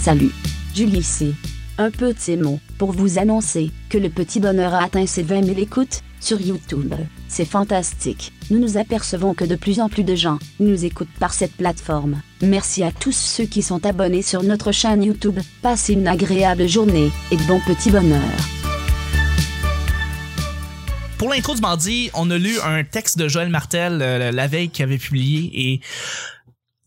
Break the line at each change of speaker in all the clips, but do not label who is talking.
Salut. Julie ici. Un petit mot pour vous annoncer que le petit bonheur a atteint ses 20 000 écoutes sur YouTube. C'est fantastique. Nous nous apercevons que de plus en plus de gens nous écoutent par cette plateforme. Merci à tous ceux qui sont abonnés sur notre chaîne YouTube. Passez une agréable journée et de bons petits bonheurs.
Pour l'intro du mardi, on a lu un texte de Joël Martel euh, la veille qu'il avait publié et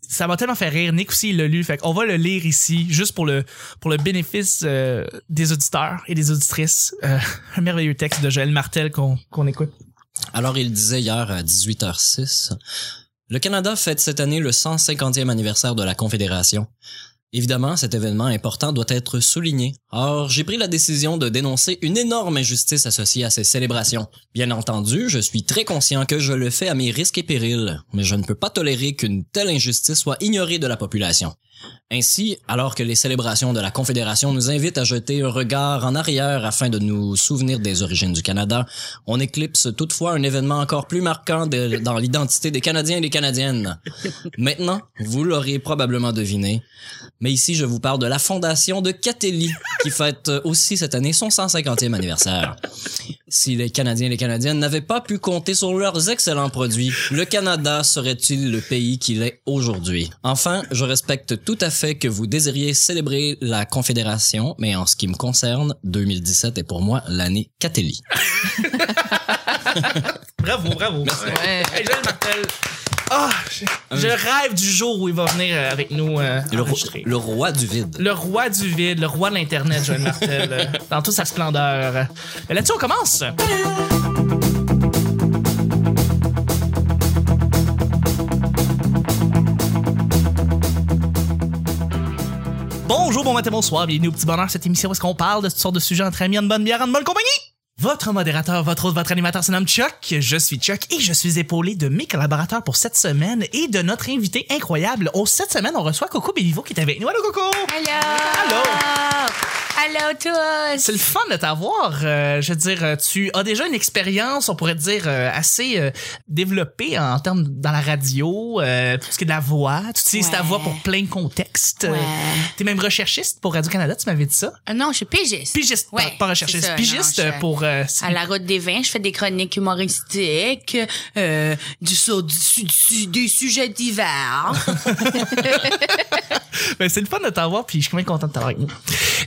ça m'a tellement fait rire. Nick aussi il l'a lu, fait on va le lire ici juste pour le pour le bénéfice euh, des auditeurs et des auditrices. Euh, un merveilleux texte de Joël Martel qu'on qu'on écoute.
Alors, il disait hier à 18h06, le Canada fête cette année le 150e anniversaire de la Confédération. Évidemment, cet événement important doit être souligné. Or, j'ai pris la décision de dénoncer une énorme injustice associée à ces célébrations. Bien entendu, je suis très conscient que je le fais à mes risques et périls, mais je ne peux pas tolérer qu'une telle injustice soit ignorée de la population. Ainsi, alors que les célébrations de la Confédération nous invitent à jeter un regard en arrière afin de nous souvenir des origines du Canada, on éclipse toutefois un événement encore plus marquant de- dans l'identité des Canadiens et des Canadiennes. Maintenant, vous l'aurez probablement deviné, mais ici je vous parle de la fondation de Catelli, qui fête aussi cette année son 150e anniversaire. Si les Canadiens et les Canadiennes n'avaient pas pu compter sur leurs excellents produits, le Canada serait-il le pays qu'il est aujourd'hui? Enfin, je respecte tout à fait que vous désiriez célébrer la Confédération, mais en ce qui me concerne, 2017 est pour moi l'année Catelli.
Bravo, bravo.
Ouais.
Hey, Joël Martel. Ah, je, je rêve du jour où il va venir euh, avec nous euh,
Le, ro-
enregistrer.
le roi du vide.
Le roi du vide, le roi de l'Internet, Joël Martel, euh, dans toute sa splendeur. Euh, Là-dessus, on commence. Bonjour, bon matin, bonsoir. Bienvenue au Petit Bonheur, cette émission où est-ce qu'on parle de toutes sortes de sujets entre amis, en bonne bière, en bonne compagnie. Votre modérateur, votre hôte, votre animateur se nomme Chuck. Je suis Chuck et je suis épaulé de mes collaborateurs pour cette semaine et de notre invité incroyable. Oh, cette semaine, on reçoit Coco Béliveau qui est avec nous. Allô, Coco!
Hello!
Allô!
Hello tous!
C'est le fun de t'avoir. euh, je veux dire, euh, tu as déjà une expérience, on pourrait dire, euh, assez euh, développée en termes dans la radio, euh, tout ce qui est de la voix. Tu utilises ta
Ouais.
voix pour plein de contextes.
Ouais.
tu es même recherchiste pour Radio-Canada, tu m'avais dit ça.
Ah non, je suis pigiste.
Pigiste,
Ouais,
pas- pas recherchiste,
c'est ça,
pigiste
non, je-
pour... euh, c'est-
À la route des vins, je fais des chroniques humoristiques, euh, du, sur du, su- du- des sujets divers.
Ben, c'est le fun de t'avoir, puis je suis quand même content de t'avoir avec nous.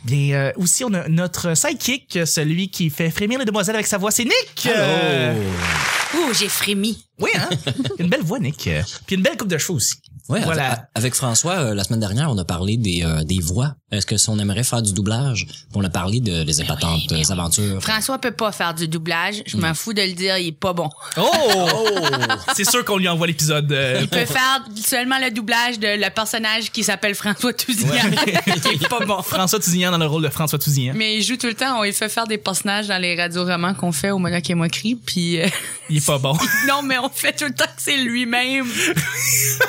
Bien, euh, aussi, on a notre sidekick, euh, celui qui fait frémir les demoiselles avec sa voix, c'est Nick! Euh,
Oh.
Ouh, Oh, j'ai frémi.
oui, hein? Il a une belle voix, Nick. Euh, Puis une belle coupe de cheveux aussi.
Ouais,
Voilà.
avec, a- avec François, euh, la semaine dernière, on a parlé des, euh, des voix. Est-ce que si on aimerait faire du doublage, on a parlé de,
Ben
des épatantes
mais
euh, aventures.
François peut pas faire du doublage. Je m'en fous de le dire, il est pas bon.
Oh! C'est sûr qu'on lui envoie l'épisode. euh,
Il peut faire seulement le doublage de le personnage qui s'appelle François Tousignan.
qui est pas bon. François Tousignan dans le rôle de François Tousignan.
Mais il joue tout le temps. On lui fait faire des personnages dans les radioromans qu'on fait au Monoc et Moquerie. Puis euh,
Il est pas bon.
non, mais on fait tout le temps que c'est lui-même.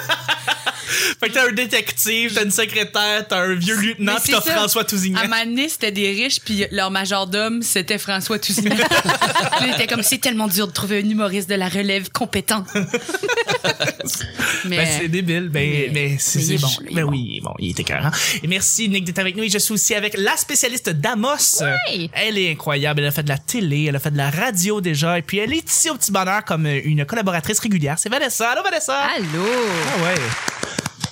fait que t'as un détective, t'as une secrétaire, t'as un vieux lieutenant,
Mais
pis
c'est
t'as
ça.
François Tousignan.
À un moment donné, c'était des riches, puis leur majordome, c'était François Tousignan. Puis il était comme, c'est tellement dur de trouver un humoriste de la relève compétent. mais
Ben, c'est débile, ben, mais,
mais-
c'est
mais il
c'est
est
bon.
bon, là, il est
ben
bon.
oui, bon, il est écœurant. Et merci, Nick, d'être avec nous. Et je suis aussi avec la spécialiste d'Amos.
Oui.
Elle est incroyable. Elle a fait de la télé, elle a fait de la radio déjà. Et puis, elle est ici au petit bonheur comme une collaboratrice régulière. C'est Vanessa. Allô, Vanessa?
Allô!
Ah ouais.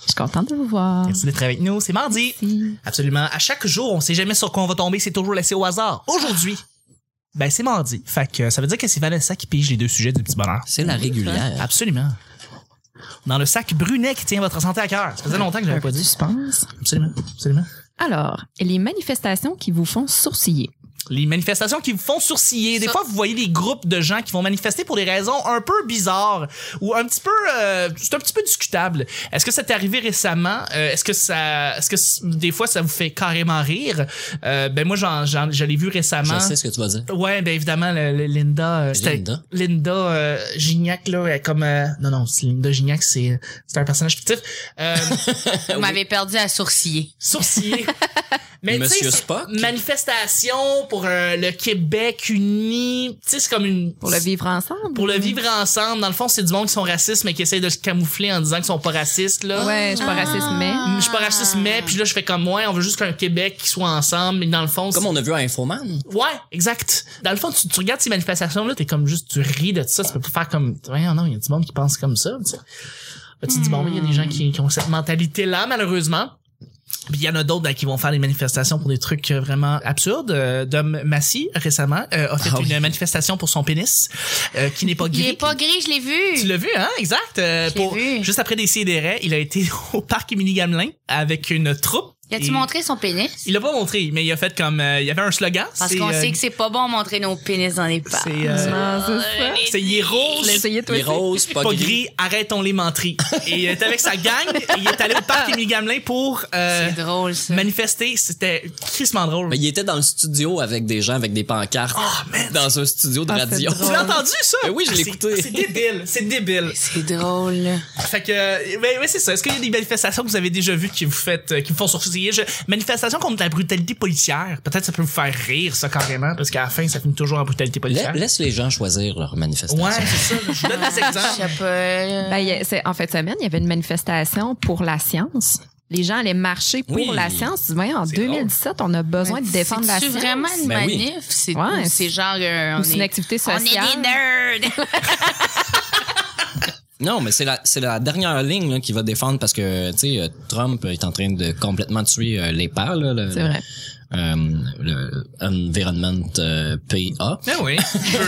Je suis contente de vous voir.
Merci d'être avec nous. C'est mardi.
Merci.
Absolument. À chaque jour, on sait jamais sur quoi on va tomber, c'est toujours laissé au hasard. Aujourd'hui, ben c'est mardi. Fait que euh, ça veut dire que c'est Vanessa qui pige les deux sujets du petit bonheur.
C'est la régulière.
Absolument. Dans le sac Brunet qui tient votre santé à cœur. Ça faisait longtemps que je l'avais pas
Un
dit.
suspense.
Absolument, absolument.
Alors, les manifestations qui vous font sourciller.
Les manifestations qui vous font sourciller. Des
Ça-
fois, vous voyez des groupes de gens qui vont manifester pour des raisons un peu bizarres ou un petit peu, euh, c'est un petit peu discutable. Est-ce que ça t'est arrivé récemment Euh, Est-ce que ça, est-ce que c- des fois ça vous fait carrément rire Euh, Ben moi, j'en, j'en, je l'ai vu récemment.
Je sais ce que tu vas dire.
Ouais, bien évidemment, le- le- Linda. euh, c'était-
Linda.
Linda euh, Gignac, là, elle, comme. euh, non, non, c'est Linda Gignac, c'est c'est un personnage fictif. Euh,
vous m'avez perdu à sourciller.
sourciller. Mais tu sais,
Monsieur
c'est
Spock.
Manifestation pour pour euh, le Québec uni. Tu sais, c'est comme une...
Pour le vivre ensemble.
Pour le vivre ensemble. Dans le fond, c'est du monde qui sont racistes, mais qui essayent de se camoufler en disant qu'ils sont pas racistes,
Ah.
là.
Ouais, je suis pas
Ah.
raciste, mais.
Je suis pas raciste, mais, puis là, je fais comme moi, on veut juste qu'un Québec qui soit ensemble, mais dans le fond,
Comme on a vu à Infoman.
Ouais, exact. Dans le fond, tu, tu regardes ces manifestations-là, t'es comme juste, tu ris de ça, tu peux pas faire comme, voyons, non, il y a du monde qui pense comme ça, tu sais. Ben, tu te dis, bon, il y a des gens qui, qui ont cette mentalité-là, malheureusement. Puis il y en a d'autres là, qui vont faire des manifestations pour des trucs euh, vraiment absurdes. Euh, Dom Massy, récemment, euh, a fait
Ah
une
oui.
manifestation pour son pénis, euh, qui n'est pas
Il
gris.
est pas gris, je l'ai
Tu
vu.
l'as vu, hein? Exact. Euh,
Je l'ai
pour,
vu.
Juste après des sidérés, il a été au parc Émilie Gamelin avec une troupe.
Il
Et-
a-tu montré son pénis?
Il l'a pas montré, mais il a fait comme... euh, il y avait un slogan.
Parce
c'est,
qu'on
euh,
sait que c'est pas bon montrer nos pénis dans les parcs.
C'est, euh,
Non, c'est ça.
C'est il est rose,
L'essayer, toi
Les
aussi.
roses, pas,
pas, gris, arrêtons les menteries. Et il est avec sa gang, et il est allé au parc Émilie Gamelin pour euh,
Ah. C'est drôle, ça.
manifester. C'était crissement drôle.
Mais Ben, il était dans le studio avec des gens avec des pancartes.
Ah,
Dans un studio de
Ah, c'est
radio.
Tu l'as entendu, ça? Ah,
Ben oui, je l'ai
C'est-
écouté.
C'est débile, c'est débile.
C'est drôle.
Fait que, ben oui, c'est ça. Est-ce qu'il y a des manifestations que vous avez déjà vues qui vous faites, euh, qui vous font sourciller? Je- Manifestations contre la brutalité policière. Peut-être ça peut vous faire rire, ça, carrément, parce qu'à la fin, ça finit toujours en brutalité
La-
policière.
Laisse les gens choisir leur manifestation.
Ouais, c'est ça. Je vous donne
Ah,
des exemples.
Je sais pas.
Ah. Ben, il y a- c'est- en fait, semaine, il y avait une manifestation pour la science. Les gens allaient marcher pour
Oui.
la science. Tu vois, en
C'est
2017, on a besoin de défendre la
C'est
science.
vraiment une
Ben oui.
manif? C'est
Ouais.
ou c'est genre. euh,
Ou
on,
c'est une
est,
activité
on
sociale.
est des nerds!
Non, mais c'est la, c'est la dernière ligne là, qui va défendre parce que tu sais, euh, Trump est en train de complètement tuer euh, les PA, là, le,
C'est vrai.
euh, le Environment euh, PA.
Ben oui. Il veut,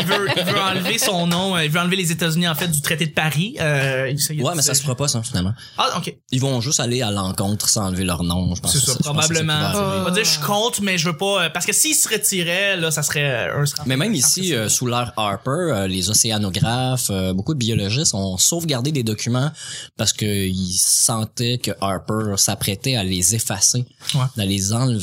il veut- il veut enlever son nom, euh, il veut enlever les États-Unis, en fait, du traité de Paris. Euh, il- il-
Ouais, mais ça se fera pas, ça, finalement.
Ah, OK.
Ils vont juste aller à l'encontre sans enlever leur nom, je pense.
C'est ça,
je pense que c'est ça qui va
probablement. Ah,
arriver.
On va dire, je suis contre, mais je veux pas... euh, Parce que s'il se retirait, là, ça serait euh, un scandale.
Mais même ici, euh, sous l'ère Harper, euh, les océanographes, euh, beaucoup de biologistes ont sauvegardé des documents parce qu'ils sentaient que Harper s'apprêtait à les effacer,
Ouais.
à les enlever.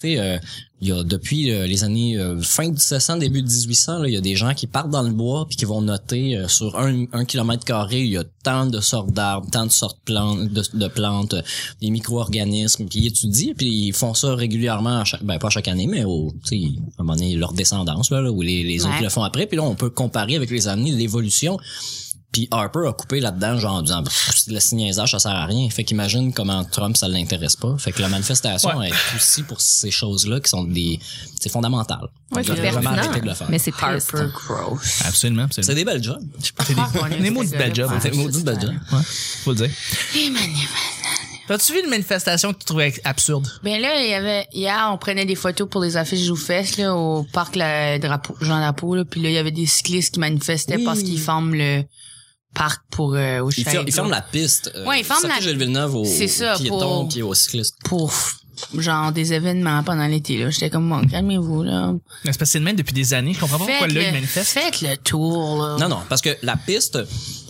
Tu sais, euh, il y a depuis euh, les années euh, fin 1700, début 1800, là, il y a des gens qui partent dans le bois puis qui vont noter euh, sur un, un kilomètre carré, il y a tant de sortes d'arbres, tant de sortes de plantes, de, de plantes, euh, des micro-organismes, puis ils étudient, puis ils font ça régulièrement, à chaque, ben pas à chaque année, mais au, tu sais, à un moment donné, leur descendance, là, là, où les, les autres
Ouais.
le font après, puis là, on peut comparer avec les années de l'évolution. Puis Harper a coupé là-dedans, genre en disant Pff, le signaisage, ça sert à rien. Fait qu'imagine comment Trump, ça l'intéresse pas. Fait que la manifestation
Ouais.
est aussi pour ces choses-là qui sont des. C'est fondamental.
Ouais,
On
c'est
devrait vraiment
pertinent.
arrêter de le faire.
Mais c'est triste.
Gross.
Absolument,
C'est des belles jobs.
Ah,
des maudites belles jobs,
C'est maudit de belles jobs.
Faut le dire. T'as-tu vu une manifestation que tu trouvais absurde?
Ben là, il y avait hier, on prenait des photos pour les affiches Joufesse là au parc la, drapeau, Jean Lapeau là, puis là il y avait des cyclistes qui manifestaient parce qu'ils forment le parc pour euh, au
Ils, fer-
Shade,
ils ferment
là,
la piste. euh,
Ouais, ils ferment
sortez
la-
Gilles Villeneuve au
C'est ça,
piéton
pour-
puis aux cyclistes.
pour f- genre des événements pendant l'été là, j'étais comme bon, calmez-vous là.
Mais C'est parce que c'est le même depuis des années. Je comprends pas pourquoi là, ils
le,
manifestent.
faites le tour là.
Non, non, parce que la piste,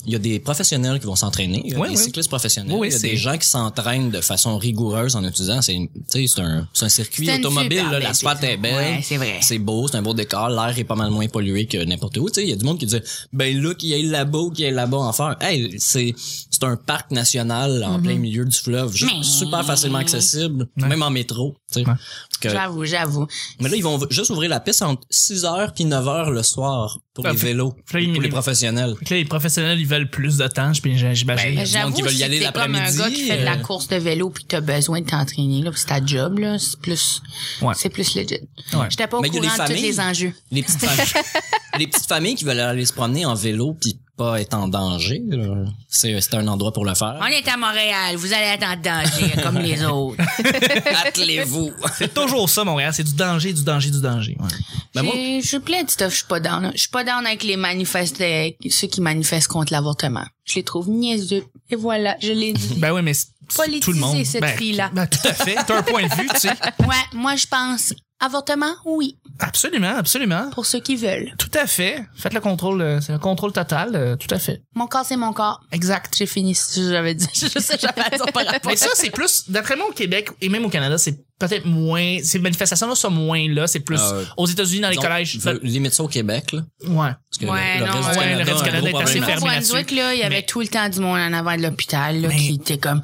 il y a des professionnels qui vont s'entraîner, il y a
Ouais,
des
ouais.
cyclistes professionnels,
Oui,
il y a
c'est-
des gens qui s'entraînent de façon rigoureuse en utilisant. C'est une- tu sais, c'est un, c'est un circuit
C'est une
automobile,
super
là,
belle
l'asphalte est
piste.
belle.
Ouais, c'est vrai.
C'est beau, c'est un beau décor, l'air est pas mal moins pollué que n'importe où. Tu sais, il y a du monde qui dit, ben là, qu'il y ait là-bas ou qu'il y ait là-bas en faire. Hey, c'est, c'est un parc national en plein milieu du fleuve, juste
Mhm. Mais-
super facilement accessible, même en métro. tu sais.
Ouais.
Que-
J'avoue, j'avoue.
mais là, ils vont juste ouvrir la piste entre 6h puis 9h le soir pour
Ah,
les
puis-
vélos,
puis là, ils-
pour les professionnels.
Fait que là, les professionnels, ils veulent plus de temps, j'imagine.
Ben,
j'imagine.
y a du monde
J'avoue,
qui veulent y
si
aller
t'es comme un
l'après-midi,
gars qui fait de la
euh,
course de vélo puis que t'as besoin de t'entraîner là, puis c'est ta job là, c'est plus,
Ouais.
c'est plus legit.
Ouais.
J'étais pas au
Mais il y a
courant
des
de tous
familles-
les enjeux.
les petites familles, les petites familles qui veulent aller se promener en vélo puis pas être en danger, là, c'est c'est un endroit pour le
On
faire.
est à Montréal, vous allez être en danger comme les autres.
Attelez-vous.
C'est toujours ça, Montréal. C'est du danger, du danger, du danger. Ouais.
Mais Ben, moi-
J'ai- Je suis plein de stuff, je suis pas down. là. Je suis pas down avec les manifestes, euh, ceux qui manifestent contre l'avortement. Je les trouve niaiseux. Et voilà, je l'ai dit.
Ben oui, mais c'est- c'est tout le monde.
Politiser cette
Ben,
fille-là.
ben, tout à fait. T'as un point de vue, tu sais.
ouais, moi je pense avortement, oui,
Absolument, absolument.
pour ceux qui veulent.
Tout à fait. Faites le contrôle, euh, c'est le contrôle total, euh, tout à fait.
Mon corps c'est mon corps.
Exact.
J'ai fini ce que j'avais dit. Je sais j'avais à dire par rapport.
Mais ça, c'est plus, d'après moi, au Québec et même au Canada, c'est peut-être moins. Ces manifestations-là sont moins là. C'est plus
Ah ouais.
aux États-Unis dans les
Donc,
collèges.
veux- limite ça au Québec, là.
Ouais.
Parce que
Ouais,
le, le
non,
reste
ouais,
du Canada,
le reste du
a un
Canada
gros
est assez
problème.
fermé.
Nouveau-Brunswick, là, il y avait
Mais-
tout le temps du monde en avant de l'hôpital, là,
Mais-
qui était comme,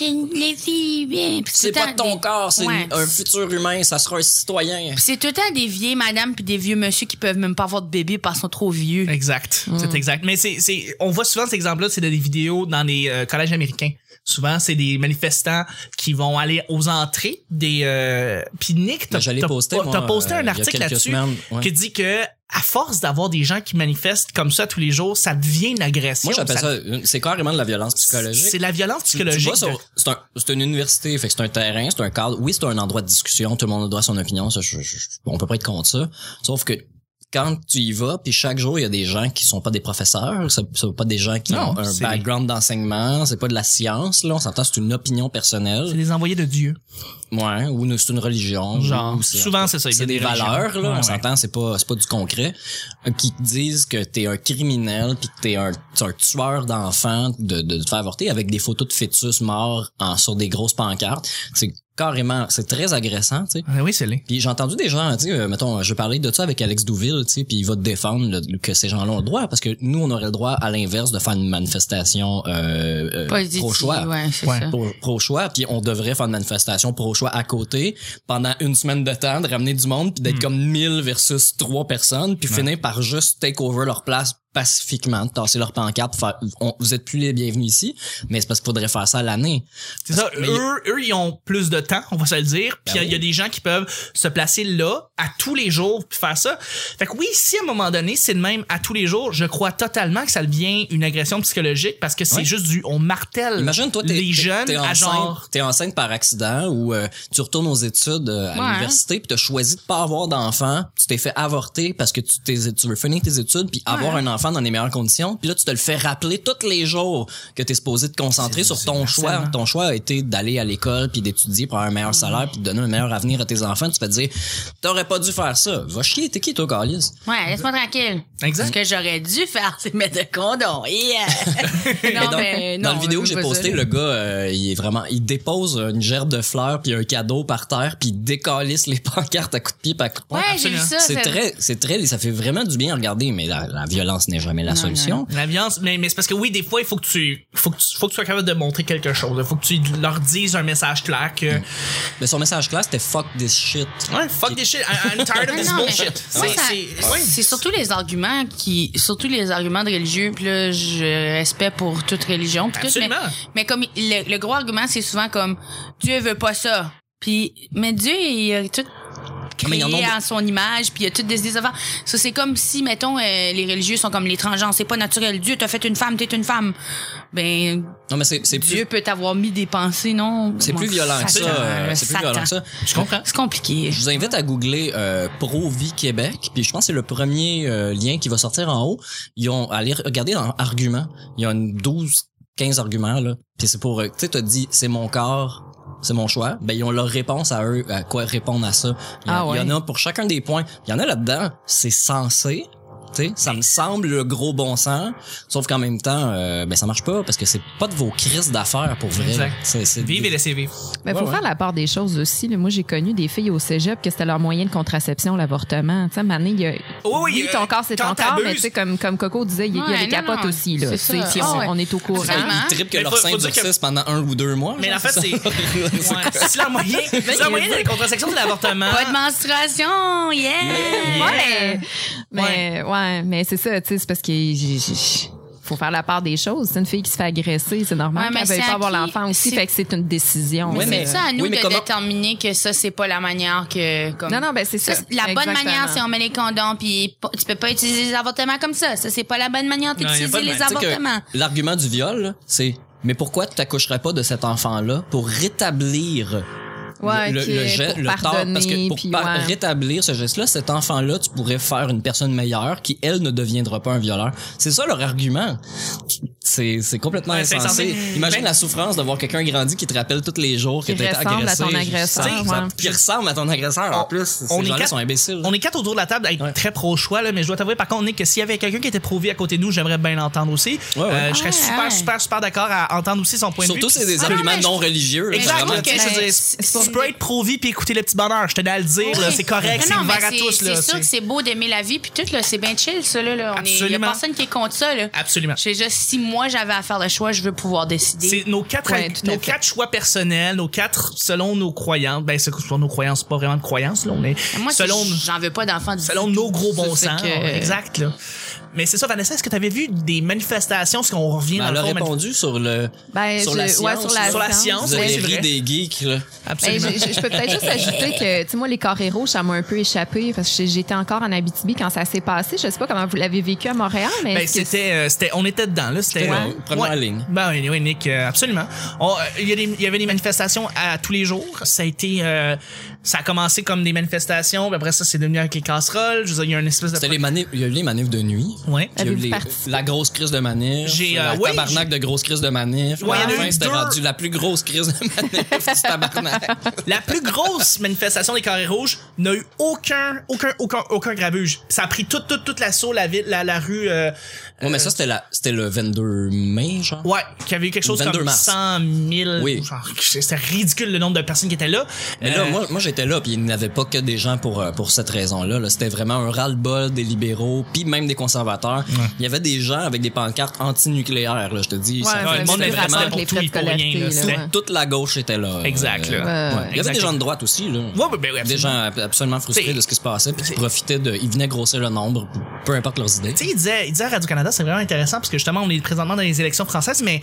les filles, bien. Puis
C'est
tout le
pas de
temps
ton
des-
corps, c'est
Ouais.
un futur humain, ça sera un citoyen.
Puis c'est tout le temps des vieilles madames puis des vieux monsieur qui peuvent même pas avoir de bébé parce qu'ils sont trop vieux.
Exact, c'est exact. Mais c'est, c'est, on voit souvent cet exemple-là, c'est des vidéos dans les euh, collèges américains. Souvent, c'est des manifestants qui vont aller aux entrées des. Euh, puis Nick, t'as,
J'allais
t'as-
poster,
t'as
moi,
posté
euh, il
un
y a
article
quelques
là-dessus
semaines, ouais.
qui dit que à force d'avoir des gens qui manifestent comme ça tous les jours, ça devient une agression.
Moi, j'appelle ça, une- c'est carrément de la violence psychologique.
C'est la violence
Tu- tu
psychologique.
vois, c'est- c'est un- c'est une université, fait que c'est un terrain, c'est un cadre. Oui, c'est un endroit de discussion, tout le monde a droit à son opinion, ça, je- je- on peut pas être contre ça. Sauf que quand tu y vas, puis chaque jour, il y a des gens qui sont pas des professeurs, ça sont pas des gens qui
Non,
ont un
c'est-
background d'enseignement, c'est pas de la science, là, on s'entend, c'est une opinion
c'est
personnelle.
les envoyés de Dieu.
Ouais, ou une- c'est une religion.
Genre,
ou c'est-
souvent, c'est ça, il y a
C'est
des
des, valeurs,
religions.
là,
Ouais,
on
ouais.
s'entend, c'est pas, c'est pas du concret, euh, qui te disent que t'es un criminel puis que t'es un, t'es un tueur d'enfants de, de te faire avorter avec des photos de fœtus morts en, sur des grosses pancartes. C'est carrément, c'est très agressant, tu sais.
Ah oui, c'est les.
Puis j'ai entendu des gens, tu sais, euh, mettons, je parlais de ça avec Alex Douville, tu sais, puis il va te défendre le- que ces gens-là ont le droit, parce que nous, on aurait le droit, à l'inverse, de faire une manifestation euh, euh,
Positif,
pro-choix
Ouais, c'est
Ouais.
ça.
pro- pro-choix, puis on devrait faire une manifestation pro-choix à côté pendant une semaine de temps, de ramener du monde, puis d'être comme 1000 versus 3 personnes, puis finir par juste take over leur place pacifiquement, de tasser leur pancarte, puis faire on- vous êtes plus les bienvenus ici, mais c'est parce qu'il faudrait faire ça à l'année.
C'est ça.
Mais-
Eux, eux, ils ont plus de temps, on va se le dire. Puis il
Ben
y a des gens qui peuvent se placer là à tous les jours puis faire ça. Fait que oui, si à un moment donné c'est le même à tous les jours, je crois totalement que ça devient une agression psychologique parce que c'est
Ouais.
juste du on martèle.
Imagine toi t'es
les
t'es-
jeunes
t'es
à
enceinte,
genre.
t'es enceinte par accident ou euh, tu retournes aux études euh, à
Ouais.
l'université puis t'as choisi de pas avoir d'enfant, tu t'es fait avorter parce que tu, t'es- tu veux finir tes études puis avoir un enfant dans les meilleures conditions, puis là tu te le fais rappeler tous les jours que t'es supposé te concentrer
C'est-
sur
c'est
ton choix.
harcèlement.
Ton choix a été d'aller à l'école puis d'étudier pour avoir un meilleur salaire puis de donner un meilleur avenir à tes enfants. Tu vas te dire t'aurais pas dû faire ça. Va chier, t'es qui toi, Carlis?
Ouais, laisse-moi tranquille.
Exact.
Ce que j'aurais dû faire, c'est mettre un condom. Yeah!
Non,
dans-
mais
dans
non,
le vidéo que
je
j'ai
veux pas
posté,
ça.
le gars, euh, il est vraiment, il dépose une gerbe de fleurs puis un cadeau par terre puis il décalisse les pancartes à coups de pied, puis à coups de poing.
Ouais, j'ai vu
absolument.
ça.
C'est
ça-
très, c'est très, ça fait vraiment du bien à regarder, mais la, la violence n'est jamais la
Non,
solution.
La violence, mais, mais c'est parce que oui, des fois, il faut que tu, faut que tu, faut que tu sois capable de montrer quelque chose. Il faut que tu leur dises un message clair que,
Mais son message clair, c'était fuck this shit.
ouais, fuck this shit, I- I'm tired of
Ah
this
non, mais
bullshit.
moi,
C'est-
ça-
c'est- ouais.
C'est surtout les arguments qui, surtout les arguments de religieux. Puis là, je respecte pour toute religion. puis tout, mais-
Absolument.
Mais comme le, le gros argument, c'est souvent comme Dieu veut pas ça. Puis mais Dieu il a tout
Ah, Mais il
créé
y en a beaucoup.
en son image, puis il a tout des des affaires. Ça c'est comme si mettons euh, les religieux sont comme les transgenres, c'est pas naturel. Dieu t'a fait une femme, t'es une femme. Ben
Non, mais c'est, c'est
Dieu
plus,
peut t'avoir mis des pensées, non
c'est
Mon
plus violent que ça.
Satan,
euh,
le
C'est plus violent
Satan.
que ça.
Je comprends.
C'est compliqué.
Je vous invite à googler euh, Pro Vie Québec, puis je pense que c'est le premier euh, lien qui va sortir en haut. Ils ont allez regarder dans arguments. Il y a une 12 15 arguments là. Puis c'est pour euh, tu sais t'as dit c'est mon corps, c'est mon choix. Ben ils ont leur réponse à eux à quoi répondre à ça. Il y, en-
Ah ouais.
il y en a pour chacun des points. Il y en a là-dedans, c'est censé tu sais, ça me semble le gros bon sens, sauf qu'en même temps, euh, ben ça marche pas parce que c'est pas de vos crises d'affaires pour vrai.
Exact.
C'est- c'est-
Vive et laissez vivre.
Mais faut
Ouais,
faire la part des choses aussi. là. Moi, j'ai connu des filles au cégep que c'était leur moyen de contraception, l'avortement. Tu sais, Mané, il y a.
Oh,
oui,
euh,
ton corps, c'est
quand
ton corps, mais
t'abuses,
tu sais, comme, comme Coco disait, il y a- il y a
Ouais,
les
non,
capotes
non,
aussi, là.
c'est
Tu sais,
ça.
puis
Ah
on,
ouais.
on est au courant.
Absolument.
Ils trippent que
Mais
leur
faut-
sein
faut dire que-
durcisse pendant un ou deux mois.
Mais
genre,
en fait,
c'est ça?
c'est. Ouais, c'est la moyenne. C'est la moyenne de la contraction de l'avortement.
Pas de menstruation, yeah.
Ouais. Mais, ouais, mais c'est ça, tu sais, c'est parce que. j'ai- j'ai- Faut faire la part des choses. C'est une fille qui se fait agresser, c'est normal
Ouais, mais
qu'elle veuille
c'est
pas
à
avoir
qui-
l'enfant aussi,
c'est-
fait que c'est une décision.
Ouais,
Mais
mais-
c'est ça à nous
oui, mais
de
comment-
déterminer que ça c'est pas la manière que comme
Non, non, ben c'est ça.
Ça, c'est la bonne
Exactement.
manière, c'est on met les condoms, puis p- tu peux pas utiliser les avortements comme ça. Ça, c'est pas la bonne manière
Non, y a pas
d'utiliser
de
les
manière.
Tu sais que
avortements.
L'argument du viol, là, c'est mais pourquoi tu t'accoucherais pas de cet enfant-là pour rétablir le-
Ouais,
le,
ok,
le geste,
pour
le tort? Parce que
pardonner,
pour
puis
par-
ouais.
rétablir ce geste-là, cet enfant-là, tu pourrais faire une personne meilleure qui, elle, ne deviendra pas un violeur. C'est ça leur argument. C'est c'est complètement
Ouais, c'est
insensé.
insensé.
Imagine
Ben-
la souffrance de voir quelqu'un grandir qui te rappelle tous les jours que
Qui
t'as été
ressemble à
agressé.
ton agresseur,
Tu sais,
ouais.
Qui ressemble à ton agresseur, en
On-
plus.
on est
Ces gens-là
quatre-
sont imbéciles.
On est quatre autour de la table à être
Ouais.
très pro-choix, là, mais je dois t'avouer par contre, Nick, que s'il y avait quelqu'un qui était pro-vie à côté de nous, j'aimerais bien l'entendre aussi.
Ouais, ouais.
Euh, je serais
Ah,
super,
ouais.
super, super d'accord à entendre aussi son point de vue.
Surtout, c'est
Puis-
des
Ah, non,
arguments
mais je-
non religieux. là,
mais je
Exactement.
vraiment.
trouve
tu sais,
que
je veux dire,
Ben, c'est-
C'est pour
peux être pro-vie puis écouter le petit bonheur. Je tenais à le dire, là,
Oui.
c'est correct, c'est
Non, non,
ouvert
mais
à tous.
c'est-
là,
C'est sûr
c'est-
que c'est beau d'aimer la vie, puis tout, là, c'est bien chill, ça, là. là. On est- Il y a
Absolument.
personne qui est contre ça, là.
Absolument.
Je sais juste, si moi, j'avais à faire le choix, je veux pouvoir décider.
C'est nos quatre,
Ouais, tout à
nos
fait.
quatre choix personnels, nos quatre selon nos croyances. Ben, c'est selon nos croyances, c'est pas vraiment de croyances, là. On est
Moi, si
selon,
j'en veux pas d'enfant du
selon nos gros bons
Ça
sens.
fait que-
Exact, là. Mais c'est ça, Vanessa, est-ce que tu avais vu des manifestations, ce qu'on revient
Ben,
dans
elle
le
a
fond, manif-
répondu sur le.
Ben,
Sur
je-
la
ouais,
science,
sur la
sur la
science.
science,
Vous
ouais,
avez
c'est vrai.
ri des geeks, là.
Ben,
Absolument.
je, je- je peux peut-être juste ajouter que, tu sais, moi, les carrés rouges, ça m'a un peu échappé parce que j'ai- j'étais encore en Abitibi quand ça s'est passé. Je sais pas comment vous l'avez vécu à Montréal, mais
Ben,
est-ce que-
c'était, euh, c'était, on était dedans, là. C'était.
Ouais.
euh,
Première ligne.
Ben oui, oui, Nick, euh, absolument. On- euh, Il y, a des- il y avait des manifestations à tous les jours. Ça a été, euh, ça a commencé comme des manifestations. puis après ça, c'est devenu avec les casseroles. Je veux dire, il y a une espèce de.
C'était les manifs, il y a eu les manifs de nuit.
Ouais.
Puis il y a eu
Avez-vous
les-
participé?
la grosse crise de manif.
J'ai, euh,
la
oui,
tabarnak de grosse crise de manif.
Ouais, il y
à
en a
la
eu
fin, c'était
deux.
rendu la plus grosse crise de manif du tabarnak.
La plus grosse manifestation des carrés rouges n'a eu aucun, aucun, aucun, aucun grabuge. Ça a pris toute, toute, toute l'assaut, la ville, la, la rue, euh,
Ouais, mais ça, c'était la- c'était le 22 mai, genre.
ouais, qui avait eu quelque chose
22
comme
mars.
100 000.
Oui.
genre, C'était ridicule le nombre de personnes qui étaient là.
Mais là,
Euh,
moi, moi j'étais là, puis il n'y avait pas que des gens pour, euh, pour cette raison-là. là. C'était vraiment un ras-le-bol des libéraux, puis même des conservateurs. Il y avait des gens avec des pancartes anti-nucléaires, là, je te dis.
Ouais,
ça-
ouais,
le monde
c'est
est
vraiment
vraiment
avec
pour
les
tout et
frais de
pour rien,
scolarité,
là.
là,
C'était-
ouais.
Toute la gauche était là.
Exact,
euh,
là.
Ouais, ouais.
Il y avait des
Exactement.
gens de droite aussi, là.
Euh, Ouais, ben, ben, oui,
Des
absolument.
gens ab- absolument frustrés
T'sais,
de ce qui se passait, puis qui
t'sais.
profitaient de. Ils venaient grossir le nombre, peu importe leurs idées.
Tu sais, il disait, il disait à Radio-Canada, c'est vraiment intéressant parce que justement, on est présentement dans les élections françaises, mais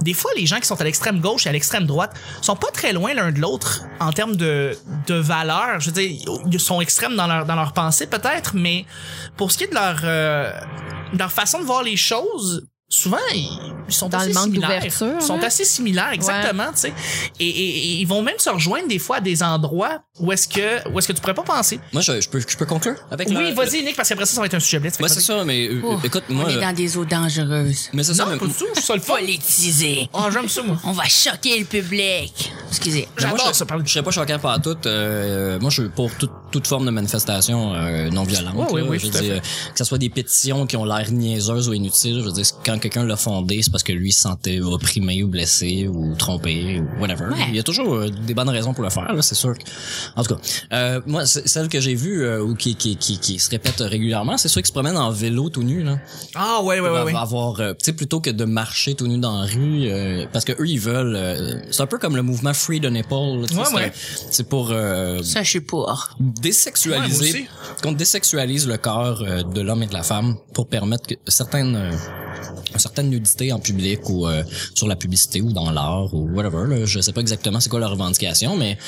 des fois, les gens qui sont à l'extrême gauche et à l'extrême droite sont pas très loin l'un de l'autre en termes de, de valeurs. Je veux dire, ils sont extrêmes dans leur, dans leur pensée peut-être, mais pour ce qui est de leur, euh, de leur façon de voir les choses, souvent, ils ils sont
Dans
assez
le manque
similaires.
d'ouverture,
Ils sont
hein?
assez similaires, exactement, tu sais. Et, et- et ils vont même se rejoindre des fois à des endroits où est-ce que, où est-ce que tu pourrais pas penser.
Moi, je, je peux, je peux conclure avec le-
Oui, vas-y, Oh. Nick, parce qu'après ça, ça va être un sujet blitz.
Moi, c'est ça, mais euh,
Ouh,
écoute,
On
moi.
est
euh,
dans des eaux dangereuses.
Mais c'est ça,
Non,
mais-
pas du tout, je suis ça le fun.
Politisé.
Oh, j'aime ça, moi.
On va choquer le public. Excusez.
Mais moi,
J'adore
je,
ça, parler de-
Je serais pas choquant par tout. euh, moi, je suis pour toute- toute forme de manifestation euh, non violente.
Ouais, oui,
là.
oui,
je veux
tout à
dire, que ce soit des pétitions qui ont l'air niaiseuses ou inutiles. Je veux dire, quand quelqu'un l'a fondé, c'est parce que lui se sentait opprimé ou blessé ou trompé ou whatever. Il y a toujours euh, des bonnes raisons pour le faire, là, c'est sûr. que- En tout cas, euh, moi, c'est- celle que j'ai vue euh, ou qui, qui, qui, qui se répète régulièrement, c'est ceux qui se promènent en vélo tout nu. Là
Ah ouais ouais
pour
ouais.
av-
ouais.
avoir euh, tu sais plutôt que de marcher tout nu dans la rue euh, parce que eux ils veulent euh, c'est un peu comme le mouvement Free the Nipple là, tu sais,
Ouais,
c'est-
ouais.
c'est pour euh,
Ça, je suis pour.
Ouais,
désexualiser
moi aussi.
qu'on désexualise le corps euh, de l'homme et de la femme pour permettre que certaines euh, une certaine nudité en public ou euh, sur la publicité ou dans l'art ou whatever là. je sais pas exactement c'est quoi leur revendication mais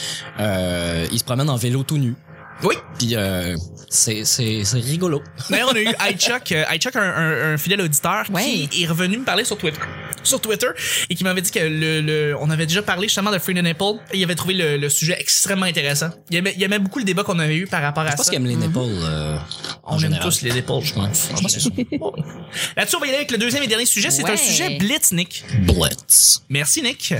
euh, ils se promènent en vélo tout nu
Oui.
puis euh, c'est c'est c'est rigolo
D'ailleurs, on a eu iChuck, euh, iChuck un, un, un fidèle auditeur
Ouais.
qui est revenu me parler sur Twitter, sur Twitter, et qui m'avait dit que le, le- on avait déjà parlé justement de Free the Nipple, et il avait trouvé le, le sujet extrêmement intéressant. Il aimait, il aimait beaucoup le débat qu'on avait eu par rapport à
je pense
ça. Mm-hmm.
qu'ils aiment les nipples euh, en
On aime
général.
tous les épaules, je pense.
Ouais, je pense que
Là-dessus, on va y aller avec le deuxième et dernier sujet. C'est un
Ouais.
sujet blitz, Nick.
Blitz.
Merci, Nick.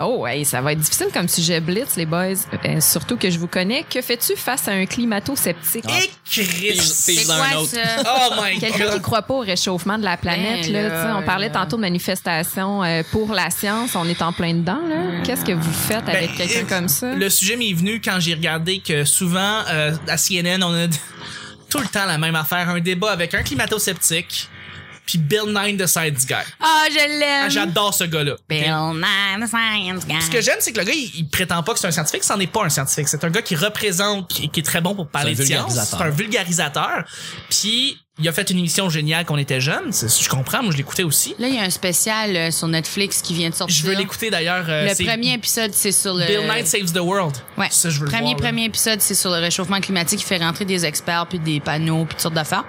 Oh, hey, ça va être difficile comme sujet blitz, les boys. Euh, surtout que je vous connais. Que fais-tu face à un climato-sceptique?
Ah.
Et Chris.
Puis-
C'est
Ils ont un
quoi,
autre.
ça?
Oh Ah, my
Quelqu'un qui
god.
croit pas au réchauffement de la planète,
Ben
là,
là,
tu sais, on parlait
là.
tantôt de manifestations euh, pour la science, on est en plein dedans, là. Qu'est-ce que vous faites
Ben,
avec quelqu'un comme ça?
Le sujet m'est venu quand j'ai regardé que souvent euh, à CNN on a tout le temps la même affaire, un débat avec un climato-sceptique puis Bill Nye de Science Guy.
Ah, je
Ah,
l'aime.
J'adore ce gars-là.
Bill Nye, the science guy.
Ce que j'aime, c'est que le gars, il, il prétend pas que c'est un scientifique, c'en est pas un scientifique. C'est un gars qui représente, qui, qui est très bon pour parler
C'est
de science.
un vulgarisateur.
C'est un vulgarisateur. Puis il a fait une émission géniale quand on était jeunes. C'est- Je comprends, moi je l'écoutais aussi.
Là, il y a un spécial euh, sur Netflix qui vient de sortir.
Je veux l'écouter d'ailleurs. euh,
Le
c'est
premier épisode, c'est sur le.
Bill Nye saves the world.
Ouais.
Ça, je veux le
premier,
voir, là.
premier épisode, c'est sur le réchauffement climatique. Il fait rentrer des experts, puis des panneaux, puis toutes sortes d'affaires.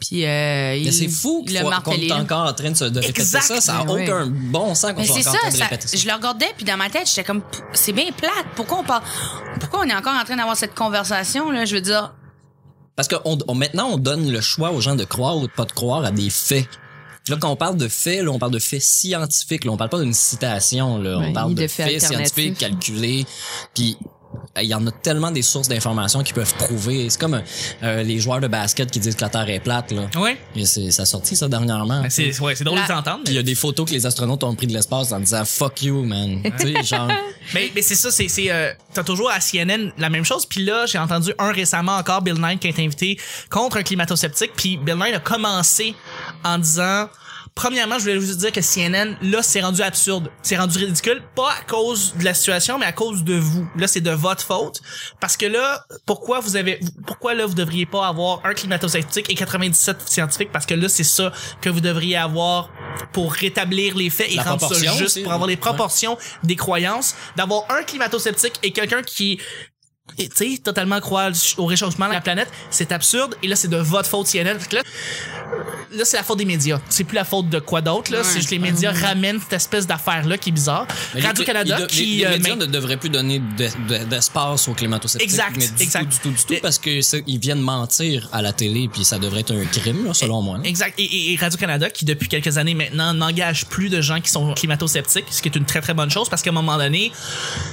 Puis, euh,
Mais
il,
c'est fou
il
qu'il
a
faut- qu'on
martelé.
est encore en train de se de répéter
Exact.
ça. Ça n'a
Mais oui.
aucun bon sens qu'on
Mais
soit
c'est
encore
ça,
en train de
ça-
répéter ça.
je le regardais, puis dans ma tête, j'étais comme, P- c'est bien plate. Pourquoi on parle, pourquoi on est encore en train d'avoir cette conversation, là? Je veux dire,
Parce que on, on- maintenant, on donne le choix aux gens de croire ou de pas de croire à des faits. Là, quand on parle de faits, là, on parle de faits scientifiques. Là, on parle pas d'une citation. Là,
Ouais,
on parle
ni
de,
de faits
faits scientifiques
alternatifs.
calculés. Puis il y en a tellement des sources d'informations qui peuvent prouver. C'est comme euh, les joueurs de basket qui disent que la Terre est plate, là.
Ouais.
Et c'est, ça a sorti, ça, dernièrement.
Ben, c'est ouais, c'est drôle
La-
de t'entendre.
Puis il y a des photos que les astronautes ont pris de l'espace en disant fuck you, man. tu sais, genre.
Mais, mais c'est ça, c'est, c'est, euh, t'as toujours à CNN la même chose. Puis là, j'ai entendu un récemment encore, Bill Nye, qui a été invité contre un climato-sceptique. Puis Bill Nye a commencé en disant, premièrement, je voulais juste dire que CNN, là, c'est rendu absurde. C'est rendu ridicule, pas à cause de la situation, mais à cause de vous. Là, c'est de votre faute. Parce que là, pourquoi vous avez, pourquoi là, vous devriez pas avoir un climato-sceptique et 97 scientifiques? Parce que là, c'est ça que vous devriez avoir pour rétablir les faits et
La
rendre ça
proportion
juste
aussi,
pour avoir les
ouais.
proportions des croyances, d'avoir un climato-sceptique et quelqu'un qui et, tu sais, totalement croire au réchauffement de la planète, c'est absurde. Et là, c'est de votre faute CNN. Fait que là, là, c'est la faute des médias. C'est plus la faute de quoi d'autre. Là, c'est juste que les médias ramènent cette espèce d'affaire là qui est bizarre.
Mais les-
Radio Canada
ils do-
qui
les, les
euh,
médias
main-
ne devraient plus donner de- de- d'espace aux climato-sceptiques.
Exact,
mais du
exact.
tout, du tout, du tout,
Et-
parce que ça- ils viennent mentir à la télé, puis ça devrait être un crime, là, selon moi. là.
Exact. Et- Et, et Radio-Canada, qui depuis quelques années maintenant n'engage plus de gens qui sont climato-sceptiques, ce qui est une très très bonne chose parce qu'à un moment donné,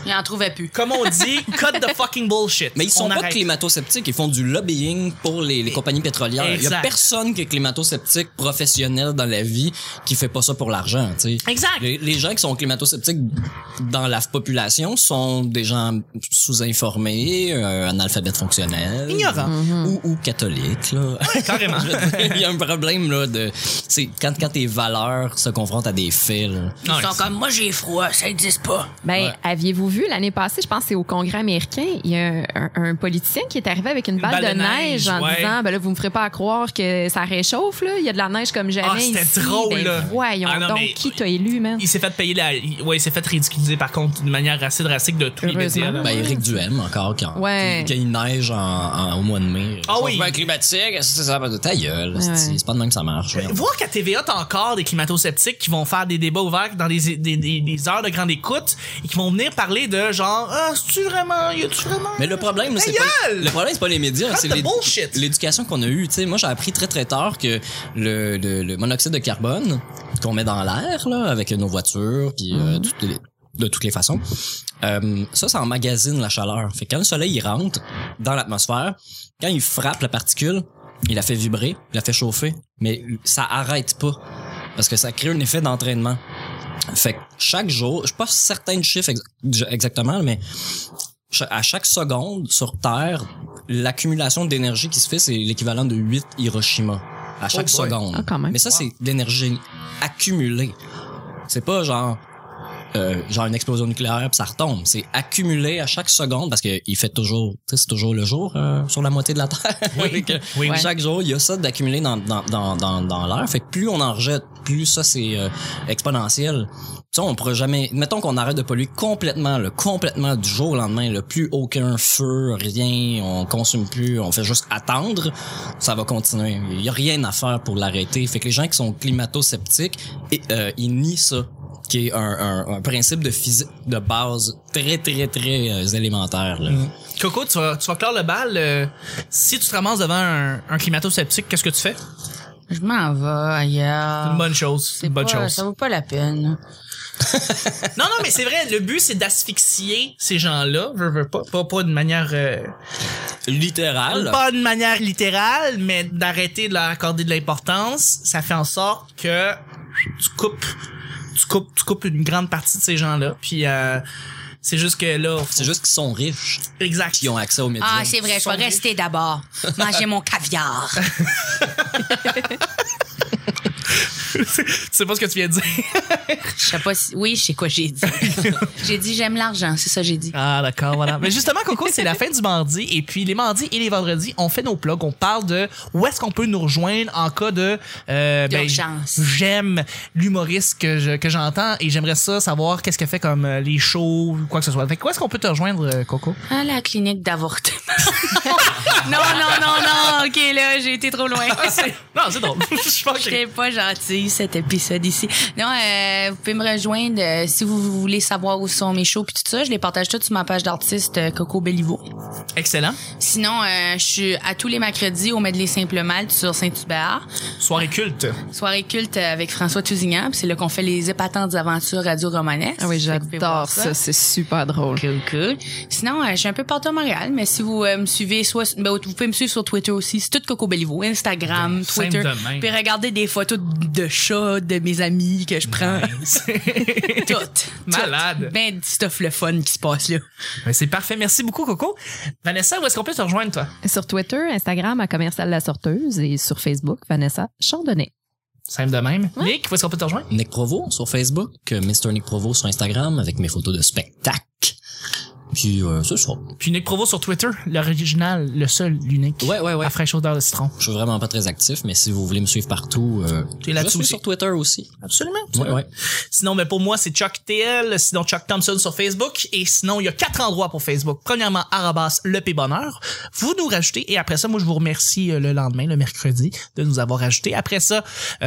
Il en trouvait plus.
comme on dit, cut the fucking bullshit.
Mais ils sont
On
pas
arrête.
climato-sceptiques, ils font du lobbying pour les, les compagnies pétrolières. Il y a
Exact.
personne qui est climato-sceptique professionnel dans la vie qui fait pas ça pour l'argent, tu sais.
Exact.
Les, les gens qui sont climato-sceptiques dans la population sont des gens sous-informés, euh, analphabètes fonctionnels.
Ignorants.
Ou, ou catholiques, là.
Carrément.
Je veux dire, Il y a un problème, là, de, c'est quand, quand tes valeurs se confrontent à des ben, faits, là.
Ils sont comme, moi, j'ai froid, ça existe pas.
Ben,
Ouais.
aviez-vous vu l'année passée, je pense que c'est au Congrès américain, il y a un, un- un politicien qui est arrivé avec une, balle, de, neige, en
ouais.
disant ben là vous me ferez pas à croire que ça réchauffe là, il y a de la neige comme jamais
Ah, c'était
ici.
drôle,
Ben,
là.
voyons
Ah, non,
donc
mais-
qui t'a élu man.
Il s'est fait payer la. il- Ouais, il s'est fait ridiculiser par contre d'une manière assez drastique de tous les
Heureusement.
médias. là.
Ben, Éric Duhem, encore, quand,
Ouais.
quand il neige en, en- au mois de mai.
Ah oui.
Changement climatique, ça, ça va de ta gueule.
Ouais.
c'est- C'est pas de même que ça marche. voyons.
Voir qu'à TVA, t'as encore des climato-sceptiques qui vont faire des débats ouverts dans des, des, des, des heures de grande écoute et qui vont venir parler de genre, ah, c'est-tu vraiment, y a-tu vraiment.
Mais le problème,
Ta
c'est pas,
gueule!
le problème, c'est pas les médias,
Cut
c'est
the
l'éd-
bullshit!
l'éducation qu'on a eue. Tu sais, moi, j'ai appris très, très tard que le, le, le monoxyde de carbone qu'on met dans l'air, là, avec nos voitures, puis euh, toutes les- de toutes les façons, euh, ça, ça emmagasine la chaleur. Fait que quand le soleil, il rentre dans l'atmosphère, quand il frappe la particule, il la fait vibrer, il la fait chauffer, mais ça arrête pas. Parce que ça crée un effet d'entraînement. Fait que chaque jour, je suis pas certain de chiffre ex- j- exactement, mais cha- à chaque seconde sur Terre, l'accumulation d'énergie qui se fait, c'est l'équivalent de 8 Hiroshima à chaque
Oh boy.
seconde.
Ah, quand même.
Mais ça,
Wow.
c'est de l'énergie accumulée. C'est pas genre euh, genre une explosion nucléaire puis ça retombe. C'est accumulé à chaque seconde parce que il fait toujours, tu sais, c'est toujours le jour euh, sur la moitié de la Terre. Fait que
oui.
Chaque jour, il y a ça d'accumulé dans, dans, dans, dans, dans l'air. Fait que plus on en rejette, plus ça c'est euh, exponentiel. Tu sais, on pourra jamais. Mettons qu'on arrête de polluer complètement, le complètement du jour au lendemain, le plus aucun feu, rien, on consomme plus, on fait juste attendre. Ça va continuer. Il y a rien à faire pour l'arrêter. Fait que les gens qui sont climato-sceptiques, et, euh, ils nient ça qui est un, un, un principe de physique de base très très très euh, élémentaire là.
Coco, tu vas, tu vas clore le bal. euh, si tu te ramasses devant un, un climato-sceptique, qu'est-ce que tu fais?
Je m'en vais
C'est une
ailleurs.
bonne chose. C'est
Ah. C'est
une bonne
pas-
chose.
Ça vaut pas la peine.
Non, non, mais c'est vrai, le but, c'est d'asphyxier ces gens-là. Veux, veux pas. Pas, pas de manière. euh,
littéral
Pas de manière littérale, mais d'arrêter de leur accorder de l'importance, ça fait en sorte que tu coupes, tu coupes, tu coupes une grande partie de ces gens-là. Puis euh, c'est juste que là,
c'est juste qu'ils sont riches
exact.
qui ont accès aux médias
Ah, c'est vrai, je vais rester d'abord. Manger mon caviar.
tu sais pas ce que tu viens de dire.
Je sais pas si. Oui, je sais quoi j'ai dit. j'ai dit j'aime l'argent, c'est ça j'ai dit.
Ah d'accord, voilà. Mais justement, Coco, c'est la fin du mardi. Et puis les mardis et les vendredis, on fait nos plugs. On parle de où est-ce qu'on peut nous rejoindre en cas de... Euh,
D'urgence.
j'aime l'humoriste que je- que j'entends et j'aimerais ça savoir qu'est-ce qu'elle fait comme euh, les shows ou quoi que ce soit. Fait que où est-ce qu'on peut te rejoindre, euh, Coco?
À la clinique d'avortement. non, non, non, non. OK, là, j'ai été trop loin. Ah,
Non, c'est drôle. je pense que
J'étais pas gentille. écouté cet épisode ici. Non, euh, vous pouvez me rejoindre euh, si vous voulez savoir où sont mes shows puis tout ça. Je les partage tout sur ma page d'artiste euh, Coco Bellivo.
Excellent.
Sinon, euh, je suis à tous les mercredis au Medley Simple Malte sur Saint-Hubert.
Soirée culte.
Soirée culte avec François Tousignan. puis C'est là qu'on fait les épatantes aventures radio-romanesques.
Ah oui,
Fait que vous pouvez voir
j'adore ça. C'est super drôle.
Cool, cool. Sinon, euh, je suis un peu partout à Montréal, mais si vous euh, me suivez, soit ben, vous pouvez me suivre sur Twitter aussi. C'est tout Coco Bellivo,
Um,
Instagram,
Ben, Simple
Twitter.
de même.
Puis regardez des photos de chats de mes amis que je prends. Toutes.
Malade.
Toutes. Ben du stuff le fun qui se passe là.
Ben, c'est parfait. Merci beaucoup, Coco. Vanessa, où est-ce qu'on peut te rejoindre, toi?
Sur Twitter, Instagram à Commercial La Sorteuse et sur Facebook, Vanessa Chandonnet.
Simple de même. Nick, où est-ce qu'on peut te rejoindre?
Nick Provo sur Facebook, euh, Mr. Nick Provo sur Instagram avec mes photos de spectacle. Puis euh, c'est ça.
Puis Nick Provo sur Twitter, l'original, le seul, l'unique.
Ouais, ouais, ouais.
À fraîche odeur de citron.
Je suis vraiment pas très actif, mais si vous voulez me suivre partout, euh,
T'es
je
là-dessus
suis
aussi.
sur Twitter aussi.
Absolument.
Ouais, ouais.
Sinon, mais pour moi, c'est Chuck TL, sinon Chuck Thompson sur Facebook. Et sinon, il y a quatre endroits pour Facebook. Premièrement, arabas le P Bonheur. Vous nous rajoutez, et après ça, moi, je vous remercie euh, le lendemain, le mercredi, de nous avoir rajouté. Après ça,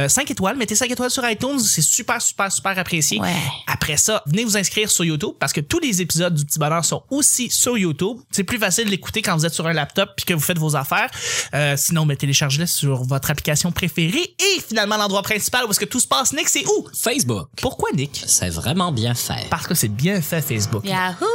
5 étoiles. Mettez 5 étoiles sur iTunes. C'est super, super, super apprécié.
Ouais.
Après ça, venez vous inscrire sur YouTube parce que tous les épisodes du Petit Bonheur sont aussi sur YouTube. C'est plus facile de l'écouter quand vous êtes sur un laptop puis que vous faites vos affaires. Euh, sinon, ben, téléchargez-les sur votre application préférée. Et finalement, l'endroit principal où est-ce que tout se passe, Nick, c'est où?
Facebook,
Pourquoi Nick?
c'est vraiment bien fait.
Parce que c'est bien fait Facebook.
Yahoo!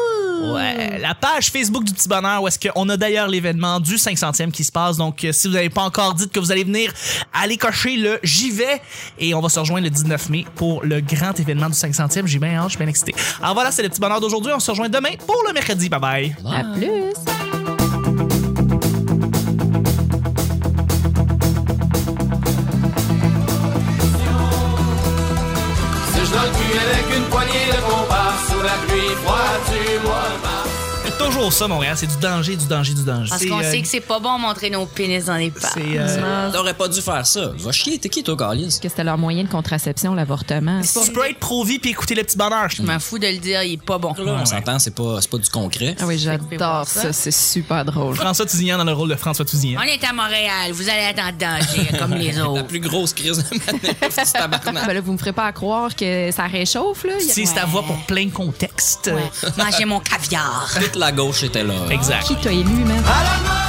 Ouais, la page Facebook du Petit Bonheur où est-ce qu'on a d'ailleurs l'événement du 500e qui se passe. Donc, euh, si vous n'avez pas encore dit que vous allez venir, allez cocher le J'y vais et on va se rejoindre le 19 mai pour le grand événement du 500e. J'ai bien hâte, hein, je suis bien excité. Alors voilà, c'est le Petit Bonheur d'aujourd'hui. On se rejoint demain pour le mercredi. Bye bye.
À plus!
Si je donne cul avec une poignée de compas Sous la pluie froide du mois de mars
Toujours ça, Montréal. C'est du danger, du danger, du danger.
Parce
C'est,
qu'on
euh,
sait que c'est pas bon montrer nos pénis dans les parcs.
c'est, euh,
Ah. T'aurais pas dû faire ça. Va chier, t'es qui toi, Carlis?
Que c'était leur moyen de contraception, l'avortement.
Sprite Pro Vie puis écoutez le Petit Bonheur.
Je m'en fous de le dire, il est pas bon.
On s'entend, c'est pas, c'est pas du concret.
Ah oui,
voir
j'adore
ça.
ça. C'est super drôle.
François Tousignan dans le rôle de François Tousignan.
On est à Montréal, vous allez être en danger comme les
La
autres.
plus grosse crise de ma vie,
Ah,
tabarnak.
ben là, vous me ferez pas à croire que ça réchauffe, là. Il y a-
Si c'est à voix pour plein de contextes.
Ouais. Mangez mon caviar.
Toute la gauche était là.
Exact.
Qui t'a élu, man?
À la mort